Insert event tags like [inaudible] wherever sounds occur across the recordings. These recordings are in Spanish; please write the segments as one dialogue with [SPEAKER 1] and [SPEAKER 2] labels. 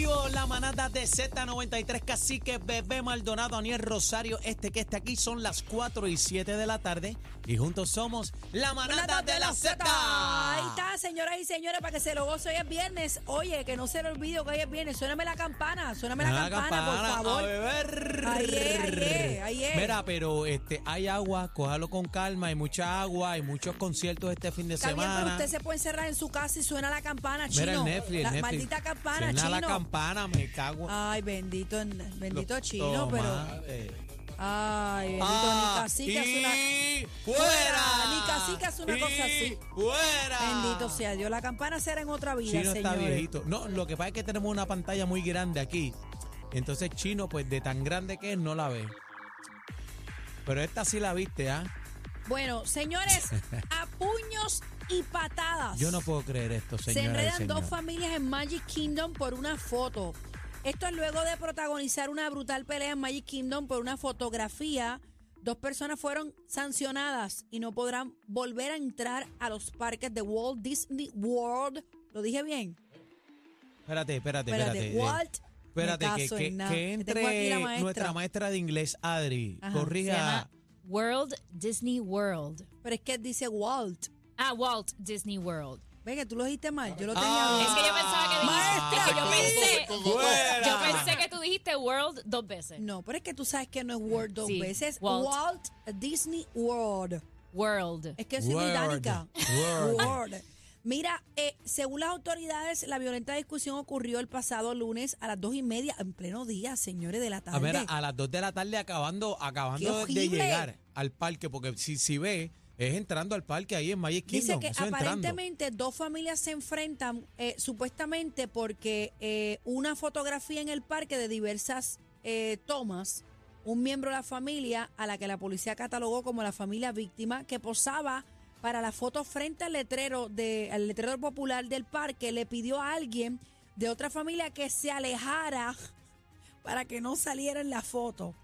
[SPEAKER 1] Activo La manada de Z93 Cacique, Bebé Maldonado, Aniel Rosario, este que está aquí son las 4 y 7 de la tarde y juntos somos la manada de la Z.
[SPEAKER 2] Ahí está, señoras y señores, para que se lo goce. Hoy es viernes. Oye, que no se le olvide que hoy es viernes. Suéname la campana, suéname la,
[SPEAKER 1] Nada,
[SPEAKER 2] campana,
[SPEAKER 1] Ah, campana, Ah,
[SPEAKER 2] por favor.
[SPEAKER 1] A beber.
[SPEAKER 2] Ahí es, ahí es, ahí es.
[SPEAKER 1] Mira, pero este, hay agua, cójalo con calma, hay mucha agua, hay muchos conciertos este fin de
[SPEAKER 2] Está bien,
[SPEAKER 1] semana.
[SPEAKER 2] pero usted se puede encerrar en su casa y suena la campana, chino.
[SPEAKER 1] Mira el Netflix, el
[SPEAKER 2] la
[SPEAKER 1] Netflix.
[SPEAKER 2] maldita campana,
[SPEAKER 1] Suena
[SPEAKER 2] chino.
[SPEAKER 1] la campana, me cago. en-
[SPEAKER 2] Ay, bendito, bendito
[SPEAKER 1] Los
[SPEAKER 2] chino, pero.
[SPEAKER 1] tomates.
[SPEAKER 2] Ay, bendito,
[SPEAKER 1] Ah,
[SPEAKER 2] ni cacique hace una.
[SPEAKER 1] y fuera.
[SPEAKER 2] Ni cacique hace una
[SPEAKER 1] Y
[SPEAKER 2] cosa así.
[SPEAKER 1] Fuera.
[SPEAKER 2] Bendito sea Dios. La campana será en otra vida,
[SPEAKER 1] Chino está
[SPEAKER 2] señores.
[SPEAKER 1] viejito. No, lo que pasa es que tenemos una pantalla muy grande aquí. Entonces Chino, pues de tan grande que es, no la ve. Pero esta sí la viste, ¿ah? [laughs]
[SPEAKER 2] Bueno, señores, a puños y patadas.
[SPEAKER 1] Yo no puedo creer esto,
[SPEAKER 2] Se
[SPEAKER 1] señora.
[SPEAKER 2] enredan dos familias en Magic Kingdom por una foto. Esto es luego de protagonizar una brutal pelea en Magic Kingdom por una fotografía. Dos personas fueron sancionadas y no podrán volver a entrar a los parques de Walt Disney World. ¿Lo dije bien?
[SPEAKER 1] Espérate, espérate,
[SPEAKER 2] Espérate,
[SPEAKER 1] espérate. eh.
[SPEAKER 2] Walt. me
[SPEAKER 1] Espérate, que-
[SPEAKER 2] caso en
[SPEAKER 1] que,
[SPEAKER 2] nada.
[SPEAKER 1] que
[SPEAKER 2] Tengo aquí
[SPEAKER 1] entre
[SPEAKER 2] la maestra.
[SPEAKER 1] nuestra maestra de inglés, Adri.
[SPEAKER 2] Ajá,
[SPEAKER 3] Se llama
[SPEAKER 1] Corrija.
[SPEAKER 3] World Disney World.
[SPEAKER 2] Pero es que dice Walt.
[SPEAKER 3] Ah, Walt Disney World.
[SPEAKER 2] Ve que tú lo dijiste mal. Yo lo tenía
[SPEAKER 1] Ah.
[SPEAKER 3] Es que yo pensaba que
[SPEAKER 2] Maestra,
[SPEAKER 3] dijiste. Es que yo pensé.
[SPEAKER 1] ¡Fuera!
[SPEAKER 3] Yo pensé que tú dijiste World dos veces.
[SPEAKER 2] bien. No, pero es que tú sabes que no es World dos
[SPEAKER 3] Sí,
[SPEAKER 2] veces.
[SPEAKER 3] Walt.
[SPEAKER 2] Walt Disney World.
[SPEAKER 3] World.
[SPEAKER 2] Es que soy
[SPEAKER 1] Word,
[SPEAKER 2] británica.
[SPEAKER 1] word.
[SPEAKER 2] Word. Mira, eh, según las autoridades, la violenta discusión ocurrió el pasado lunes a las dos y media, en pleno día, señores de la tarde.
[SPEAKER 1] A ver, a las 2 de la tarde acabando, acabando
[SPEAKER 2] ¡Qué
[SPEAKER 1] de
[SPEAKER 2] horrible!
[SPEAKER 1] llegar al parque, porque si, si ve, es entrando al parque ahí en Magic
[SPEAKER 2] Dice
[SPEAKER 1] Kingdom.
[SPEAKER 2] que
[SPEAKER 1] eso es entrando.
[SPEAKER 2] aparentemente dos familias se enfrentan eh, supuestamente porque eh, una fotografía en el parque de diversas eh, tomas, un miembro de la familia a la que la policía catalogó como la familia víctima que posaba para la foto frente al letrero de al letrero popular del parque le pidió a alguien de otra familia que se alejara para que no saliera en la foto.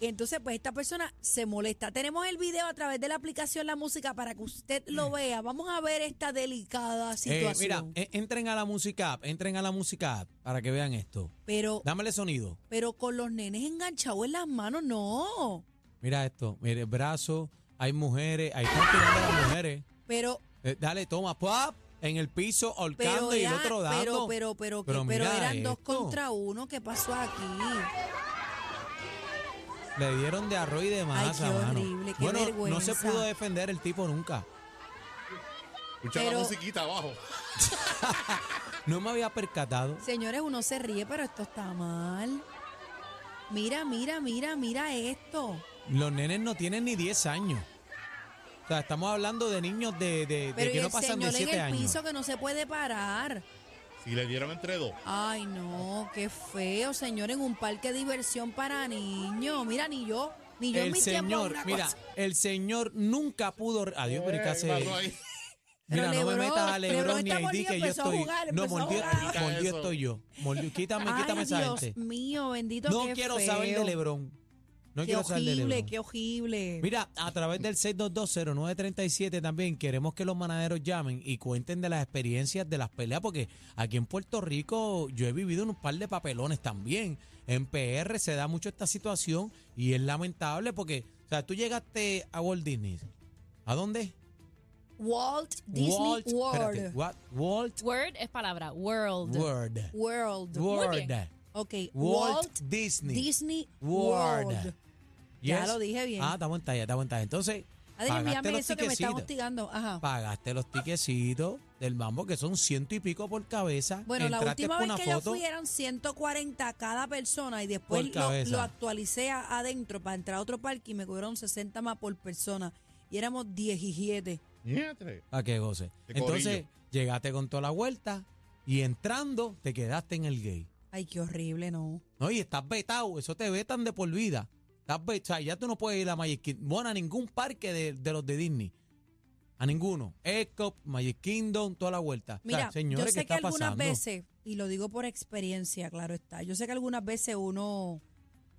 [SPEAKER 2] Y entonces, pues esta persona se molesta. Tenemos el video a través de la aplicación La Música para que usted lo vea. Vamos a ver esta delicada
[SPEAKER 1] Mm. Eh,
[SPEAKER 2] situación.
[SPEAKER 1] mira, eh, entren a la música app, entren a la música app para que vean esto.
[SPEAKER 2] pero,
[SPEAKER 1] Dámele sonido.
[SPEAKER 2] pero con los nenes enganchados en las manos, no.
[SPEAKER 1] Mira esto, mire, brazo, hay mujeres, ahí están tirando a las mujeres.
[SPEAKER 2] Pero,
[SPEAKER 1] Eh, dale, toma, pop, en el piso,
[SPEAKER 2] pero,
[SPEAKER 1] ahorcando y el
[SPEAKER 2] era-
[SPEAKER 1] otro
[SPEAKER 2] pero,
[SPEAKER 1] dando.
[SPEAKER 2] pero, pero, que-
[SPEAKER 1] Pero
[SPEAKER 2] pero
[SPEAKER 1] mira
[SPEAKER 2] eran dos
[SPEAKER 1] esto.
[SPEAKER 2] contra uno. ¿Qué pasó aquí?
[SPEAKER 1] Le dieron de arroz y de masa,
[SPEAKER 2] qué
[SPEAKER 1] mano.
[SPEAKER 2] horrible, qué
[SPEAKER 1] bueno, no se
[SPEAKER 2] vergüenza.
[SPEAKER 1] pudo defender el tipo nunca.
[SPEAKER 4] Escucha
[SPEAKER 2] Pero-
[SPEAKER 4] la musiquita abajo.
[SPEAKER 1] No me había percatado.
[SPEAKER 2] Señores, uno se ríe, pero esto está mal. Mira, mira, mira, mira esto.
[SPEAKER 1] Los nenes no tienen ni 10 años. O sea, estamos hablando de niños de, de- de
[SPEAKER 2] Pero y
[SPEAKER 1] que no
[SPEAKER 2] el
[SPEAKER 1] pasan de
[SPEAKER 2] señor en
[SPEAKER 1] 7
[SPEAKER 2] el
[SPEAKER 1] años.
[SPEAKER 2] piso que no se puede parar.
[SPEAKER 4] Si le dieron entre dos.
[SPEAKER 2] Ay, no, qué feo, señor, en un parque de diversión para niños. Mira, ni yo, ni yo en
[SPEAKER 1] el
[SPEAKER 2] mi
[SPEAKER 1] señor,
[SPEAKER 2] tiempo. hago una
[SPEAKER 1] mira,
[SPEAKER 2] cosa.
[SPEAKER 1] el señor nunca pudo. re- Adiós, pero ¿y qué hace?
[SPEAKER 4] Eh, pasó ahí. [laughs]
[SPEAKER 1] Mira,
[SPEAKER 2] Pero
[SPEAKER 1] no me
[SPEAKER 2] Lebron-
[SPEAKER 1] metas a Lebron
[SPEAKER 2] Lebron
[SPEAKER 1] ni
[SPEAKER 2] está
[SPEAKER 1] a ID
[SPEAKER 2] mordido,
[SPEAKER 1] que yo
[SPEAKER 2] empezó a
[SPEAKER 1] estoy.
[SPEAKER 2] jugar,
[SPEAKER 1] no,
[SPEAKER 2] empezó a
[SPEAKER 1] mordió,
[SPEAKER 2] jugar.
[SPEAKER 1] mordió
[SPEAKER 4] Eso.
[SPEAKER 1] estoy yo. Mordió- quítame, quítame
[SPEAKER 2] Ay,
[SPEAKER 1] esa
[SPEAKER 2] Dios
[SPEAKER 1] gente.
[SPEAKER 2] mío, bendito.
[SPEAKER 1] No
[SPEAKER 2] qué
[SPEAKER 1] quiero
[SPEAKER 2] feo.
[SPEAKER 1] saber de Lebron. No
[SPEAKER 2] qué
[SPEAKER 1] quiero saber de
[SPEAKER 2] horrible,
[SPEAKER 1] Lebron.
[SPEAKER 2] qué horrible.
[SPEAKER 1] Mira, a través del 6220937 también queremos que los manaderos llamen y cuenten de las experiencias de las peleas, porque aquí en Puerto Rico yo he vivido un par de papelones también. En PR se da mucho esta situación y es lamentable porque, o sea, tú llegaste a Walt Disney. ¿A dónde?
[SPEAKER 2] Walt Disney
[SPEAKER 1] Walt,
[SPEAKER 2] World.
[SPEAKER 1] espérate, what? Walt
[SPEAKER 3] Word es palabra. World.
[SPEAKER 1] World.
[SPEAKER 2] World.
[SPEAKER 3] Muy bien.
[SPEAKER 1] World.
[SPEAKER 2] Ok.
[SPEAKER 1] Walt, Disney.
[SPEAKER 2] Disney
[SPEAKER 1] World.
[SPEAKER 2] World. Ya
[SPEAKER 1] Yes.
[SPEAKER 2] lo dije bien.
[SPEAKER 1] Ah, estamos en talla, estamos en talla. Entonces,
[SPEAKER 2] Adrián,
[SPEAKER 1] pagaste
[SPEAKER 2] envíame
[SPEAKER 1] los
[SPEAKER 2] eso que me están
[SPEAKER 1] tiquecitos.
[SPEAKER 2] hostigando. Ajá.
[SPEAKER 1] Pagaste los tiquecitos del mambo, que son ciento y pico por cabeza.
[SPEAKER 2] Bueno, la
[SPEAKER 1] Entraste
[SPEAKER 2] última
[SPEAKER 1] con
[SPEAKER 2] vez
[SPEAKER 1] una
[SPEAKER 2] que
[SPEAKER 1] foto.
[SPEAKER 2] yo fui eran 140 cada persona y después
[SPEAKER 1] Por
[SPEAKER 2] lo,
[SPEAKER 1] cabeza.
[SPEAKER 2] lo actualicé a- adentro para entrar a otro parque y me cobraron 60 más por persona y éramos 17.
[SPEAKER 4] Miércoles.
[SPEAKER 1] Para que goce.
[SPEAKER 4] De
[SPEAKER 1] Entonces, llegaste con toda la vuelta y entrando te quedaste en el gay.
[SPEAKER 2] Ay, qué horrible, no.
[SPEAKER 1] No, y estás vetado, eso te vetan de por vida. Estás vetado, ya tú no puedes ir a Magic Kingdom. Bueno, a ningún parque de, de los de Disney. A ninguno. Epcot, Magic Kingdom, toda la vuelta. O sea,
[SPEAKER 2] Mira,
[SPEAKER 1] señores,
[SPEAKER 2] yo
[SPEAKER 1] ¿qué
[SPEAKER 2] sé
[SPEAKER 1] está
[SPEAKER 2] que algunas
[SPEAKER 1] pasando?
[SPEAKER 2] veces, y lo digo por experiencia, claro está, yo sé que algunas veces uno,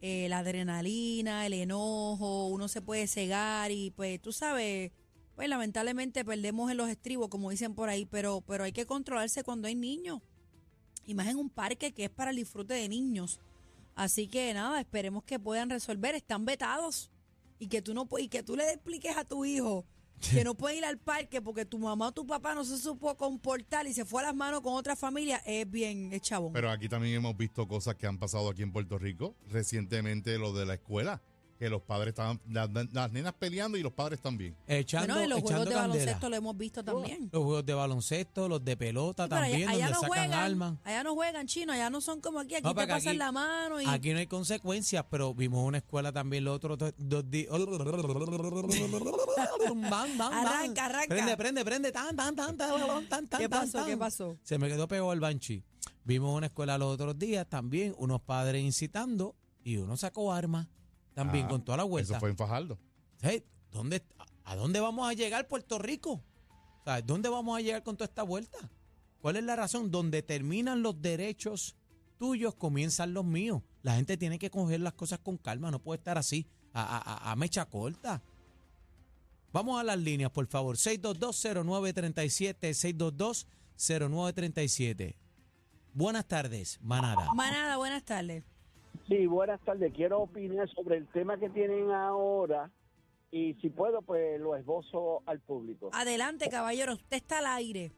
[SPEAKER 2] eh, la adrenalina, el enojo, uno se puede cegar y pues tú sabes, pues lamentablemente perdemos en los estribos, como dicen por ahí, pero, pero hay que controlarse cuando hay niños, y más en un parque que es para el disfrute de niños. Así que nada, esperemos que puedan resolver, están vetados y que tú no pu- y que tú le expliques a tu hijo que no puede ir al parque porque tu mamá o tu papá no se supo comportar y se fue a las manos con otra familia, es bien, es chabón.
[SPEAKER 4] Pero aquí también hemos visto cosas que han pasado aquí en Puerto Rico. Recientemente lo de la escuela, que los padres estaban, las, las nenas peleando y los padres también.
[SPEAKER 1] Echando,
[SPEAKER 2] bueno, en los
[SPEAKER 1] echando
[SPEAKER 2] juegos de
[SPEAKER 1] candela.
[SPEAKER 2] baloncesto lo hemos visto también.
[SPEAKER 1] Los juegos de baloncesto, los de pelota
[SPEAKER 2] Sí, pero
[SPEAKER 1] también, donde
[SPEAKER 2] no
[SPEAKER 1] sacan
[SPEAKER 2] juegan,
[SPEAKER 1] armas.
[SPEAKER 2] allá no juegan chino, allá no son como aquí, aquí
[SPEAKER 1] No,
[SPEAKER 2] te
[SPEAKER 1] porque
[SPEAKER 2] pasan
[SPEAKER 1] aquí-
[SPEAKER 2] la mano y
[SPEAKER 1] Aquí no hay consecuencias, pero vimos una escuela también los otros dos, dos días.
[SPEAKER 2] Arranca, arranca.
[SPEAKER 1] Prende, prende, prende. Tan, tan, tan, tan, tan, tan,
[SPEAKER 2] ¿qué pasó?
[SPEAKER 1] tan.
[SPEAKER 2] ¿Qué pasó?
[SPEAKER 1] Se me quedó pegado el banshee. Vimos una escuela los otros días también, unos padres incitando y uno sacó armas también
[SPEAKER 4] Ah,
[SPEAKER 1] con toda la vuelta.
[SPEAKER 4] Eso fue en Fajardo.
[SPEAKER 1] Hey, ¿dónde, ¿A dónde vamos a llegar Puerto Rico? O sea, ¿Dónde vamos a llegar con toda esta vuelta? ¿Cuál es la razón? Donde terminan los derechos tuyos, comienzan los míos. La gente tiene que coger las cosas con calma, no puede estar así, a, a- a- a mecha corta. Vamos a las líneas, por favor. 622-0937, 622-0937. Buenas tardes, Manada.
[SPEAKER 2] [laughs] Manada, buenas tardes.
[SPEAKER 5] Sí, buenas tardes. Quiero opinar sobre el tema que tienen ahora y si puedo, pues lo esbozo al
[SPEAKER 2] Ah,
[SPEAKER 5] público.
[SPEAKER 2] Adelante, caballero, usted está al aire.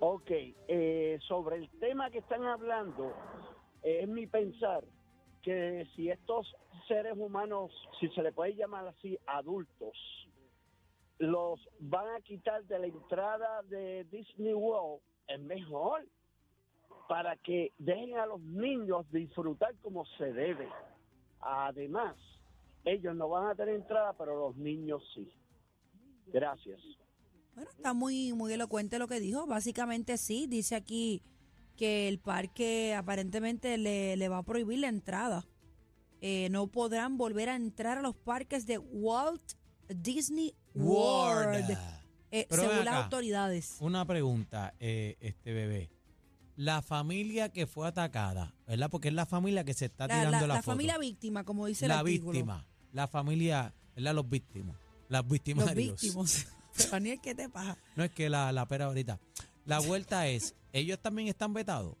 [SPEAKER 5] Ok, eh, sobre el tema que están hablando, eh, es mi pensar que si estos seres humanos, si se le puede llamar así, adultos, los van a quitar de la entrada de Disney World, es mejor para que dejen a los niños disfrutar como se debe. Además, ellos no van a tener entrada, pero los niños sí. Gracias.
[SPEAKER 2] Bueno, está muy, muy elocuente lo que dijo. Básicamente sí, dice aquí que el parque aparentemente le, le va a prohibir la entrada. Eh, no podrán volver a entrar a los parques de Walt Disney World, eh,
[SPEAKER 1] Pero ven
[SPEAKER 2] según las
[SPEAKER 1] acá.
[SPEAKER 2] autoridades.
[SPEAKER 1] Una pregunta, eh, este bebé. La familia que fue atacada, ¿verdad? Porque es la familia que se está
[SPEAKER 2] La,
[SPEAKER 1] tirando
[SPEAKER 2] la-
[SPEAKER 1] la,
[SPEAKER 2] la
[SPEAKER 1] foto.
[SPEAKER 2] familia víctima, como dice el
[SPEAKER 1] la
[SPEAKER 2] artículo.
[SPEAKER 1] víctima. La familia, ¿verdad? Los víctimas. Las víctimas
[SPEAKER 2] Los
[SPEAKER 1] de Dios.
[SPEAKER 2] víctimos. [laughs] Pero, Aniel, ¿qué te pasa?
[SPEAKER 1] No es que la, la pera ahorita. La vuelta es, ellos también están vetados.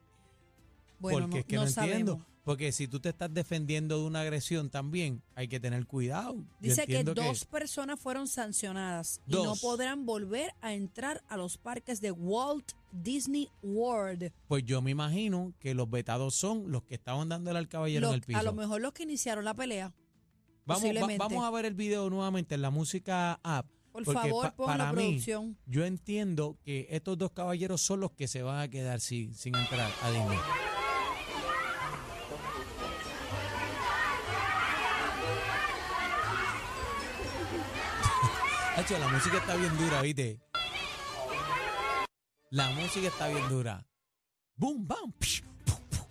[SPEAKER 2] Bueno,
[SPEAKER 1] porque
[SPEAKER 2] no,
[SPEAKER 1] es que
[SPEAKER 2] no
[SPEAKER 1] no,
[SPEAKER 2] sabemos.
[SPEAKER 1] entiendo. Porque si tú te estás defendiendo de una agresión también, hay que tener cuidado. Yo
[SPEAKER 2] Dice que
[SPEAKER 1] entiendo
[SPEAKER 2] dos personas fueron sancionadas y no
[SPEAKER 1] Dos.
[SPEAKER 2] podrán volver a entrar a los parques de Walt Disney World.
[SPEAKER 1] Pues yo me imagino que los vetados son los que estaban dándole al caballero
[SPEAKER 2] Los-
[SPEAKER 1] en el piso.
[SPEAKER 2] a lo mejor los que iniciaron la pelea.
[SPEAKER 1] Vamos, va-
[SPEAKER 2] Posiblemente.
[SPEAKER 1] vamos a ver el video nuevamente en la música app.
[SPEAKER 2] Por
[SPEAKER 1] porque
[SPEAKER 2] favor,
[SPEAKER 1] pa-
[SPEAKER 2] pon la
[SPEAKER 1] para mí,
[SPEAKER 2] producción.
[SPEAKER 1] Yo entiendo que estos dos caballeros son los que se van a quedar sin, sin entrar a Disney. [laughs] Hacho, la música está bien dura, ¿viste? La música está bien dura. Boom, bam, psh, pum, pum.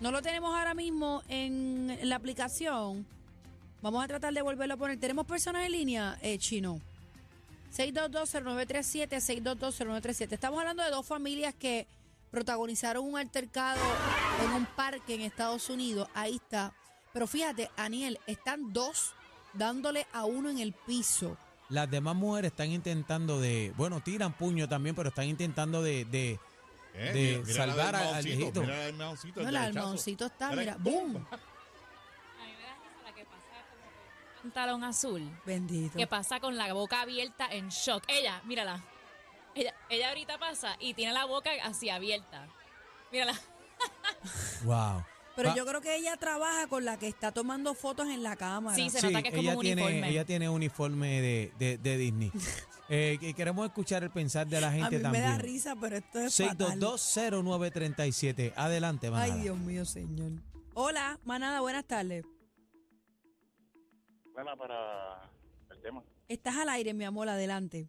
[SPEAKER 2] No lo tenemos ahora mismo en, en la aplicación. Vamos a tratar de volverlo a poner. ¿Tenemos personas en línea, eh, Chino? 6220937, 6220937. Estamos hablando de dos familias que protagonizaron un altercado en un parque en Estados Unidos. Ahí está. Pero fíjate, Aniel, están dos dándole a uno en el piso.
[SPEAKER 1] Las demás mujeres están intentando de, bueno, tiran puño también, pero están intentando de, de- De
[SPEAKER 4] Eh, mira- mira la del
[SPEAKER 1] salvar a- al
[SPEAKER 4] maoncito,
[SPEAKER 1] viejito.
[SPEAKER 4] Mira la del maoncito,
[SPEAKER 2] No,
[SPEAKER 4] el
[SPEAKER 2] el
[SPEAKER 4] derechazo.
[SPEAKER 2] almoncito está,
[SPEAKER 4] Dale,
[SPEAKER 2] mira, ¡boom!
[SPEAKER 3] A mí me da risa la que pasa como con un pantalón azul.
[SPEAKER 2] Bendito.
[SPEAKER 3] Que pasa con la boca abierta en shock. Ella, mírala. Ella, ella ahorita pasa y tiene la boca así abierta. Mírala.
[SPEAKER 1] wow. Ah,
[SPEAKER 2] Pero
[SPEAKER 1] Va-
[SPEAKER 2] yo creo que ella trabaja con la que está tomando fotos en la cámara.
[SPEAKER 3] Sí, se nota que es como
[SPEAKER 1] ella
[SPEAKER 3] un
[SPEAKER 1] tiene,
[SPEAKER 3] uniforme.
[SPEAKER 1] Ella tiene uniforme de, de- de
[SPEAKER 2] [laughs]
[SPEAKER 1] Disney. Eh, que queremos escuchar el pensar de la
[SPEAKER 2] a
[SPEAKER 1] gente
[SPEAKER 2] mí me da
[SPEAKER 1] también.
[SPEAKER 2] risa, pero esto es fatal.
[SPEAKER 1] 6220937. Adelante,
[SPEAKER 2] Ay,
[SPEAKER 1] manada.
[SPEAKER 2] Dios mío, señor. Hola, manada, buenas tardes.
[SPEAKER 6] Buena para el tema.
[SPEAKER 2] Estás al aire, mi amor, adelante.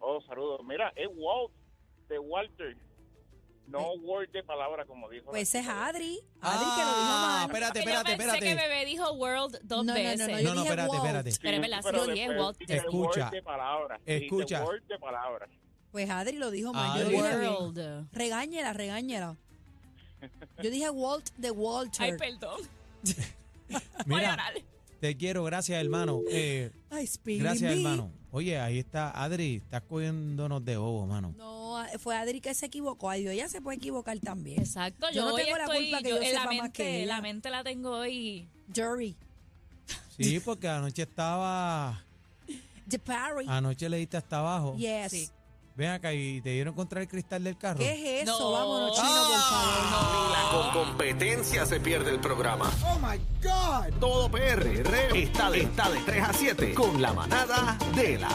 [SPEAKER 6] Oh, saludos. Mira, es Walt de Walter. No
[SPEAKER 3] Eh.
[SPEAKER 6] Word de palabra, como dijo. la
[SPEAKER 2] Pues ese es
[SPEAKER 6] chica.
[SPEAKER 2] Adri. Adri que lo dijo
[SPEAKER 1] Ah,
[SPEAKER 2] mal.
[SPEAKER 1] espérate,
[SPEAKER 3] Que yo
[SPEAKER 1] espérate,
[SPEAKER 3] pensé que
[SPEAKER 1] espérate.
[SPEAKER 3] bebé dijo world dos
[SPEAKER 2] No, no, no,
[SPEAKER 3] veces.
[SPEAKER 2] no, yo
[SPEAKER 1] No, no,
[SPEAKER 2] dije
[SPEAKER 1] espérate,
[SPEAKER 2] Walt.
[SPEAKER 1] espérate.
[SPEAKER 3] Pero es verdad, sí
[SPEAKER 6] pero
[SPEAKER 3] lo dije,
[SPEAKER 6] después
[SPEAKER 3] Walt.
[SPEAKER 6] dice
[SPEAKER 1] Escucha.
[SPEAKER 6] Word de palabra.
[SPEAKER 1] Escucha.
[SPEAKER 6] Dice Word de palabra.
[SPEAKER 2] Pues Adri lo dijo mal.
[SPEAKER 1] Adri.
[SPEAKER 2] Yo lo dije bien.
[SPEAKER 3] World.
[SPEAKER 2] Regáñela,
[SPEAKER 3] [laughs]
[SPEAKER 2] regáñela. Yo dije Walt de
[SPEAKER 3] Ay,
[SPEAKER 2] Walter.
[SPEAKER 3] perdón. [laughs] Voy a
[SPEAKER 1] Mira,
[SPEAKER 3] llorar.
[SPEAKER 1] te quiero, gracias, hermano. Eh,
[SPEAKER 2] Ay, Speedy
[SPEAKER 1] gracias,
[SPEAKER 2] Bee.
[SPEAKER 1] hermano. Oye, ahí está Adri, estás cogiéndonos de bobo, mano.
[SPEAKER 2] No, fue Adri que se equivocó. Ay, Dios, ella se puede equivocar también.
[SPEAKER 3] Exacto,
[SPEAKER 2] Yo
[SPEAKER 3] yo,
[SPEAKER 2] no
[SPEAKER 3] hoy
[SPEAKER 2] tengo la
[SPEAKER 3] estoy-
[SPEAKER 2] culpa que yo
[SPEAKER 3] en la
[SPEAKER 2] sepa más
[SPEAKER 3] mente,
[SPEAKER 2] que ella.
[SPEAKER 3] la mente la tengo hoy.
[SPEAKER 2] Jerry. [laughs]
[SPEAKER 1] Sí, porque anoche estaba,
[SPEAKER 2] De Parry.
[SPEAKER 1] anoche le diste hasta abajo.
[SPEAKER 2] yes.
[SPEAKER 3] Sí.
[SPEAKER 1] Ven acá y te dieron contra el cristal del carro.
[SPEAKER 2] ¿Qué es eso?
[SPEAKER 3] No.
[SPEAKER 2] Vámonos, chino,
[SPEAKER 1] Ah.
[SPEAKER 2] por favor.
[SPEAKER 7] Ni la con competencia se pierde el programa. Oh my God. Todo PR está de, está de 3 a 7 con la manada de las.